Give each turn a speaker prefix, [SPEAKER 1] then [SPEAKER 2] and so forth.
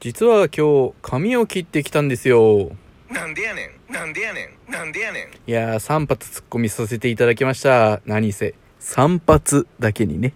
[SPEAKER 1] 実は今日髪を切ってきたんですよ
[SPEAKER 2] なんでやねんなんでやねんなんでやねん
[SPEAKER 1] いやー3発突っ込みさせていただきました何せ3発だけにね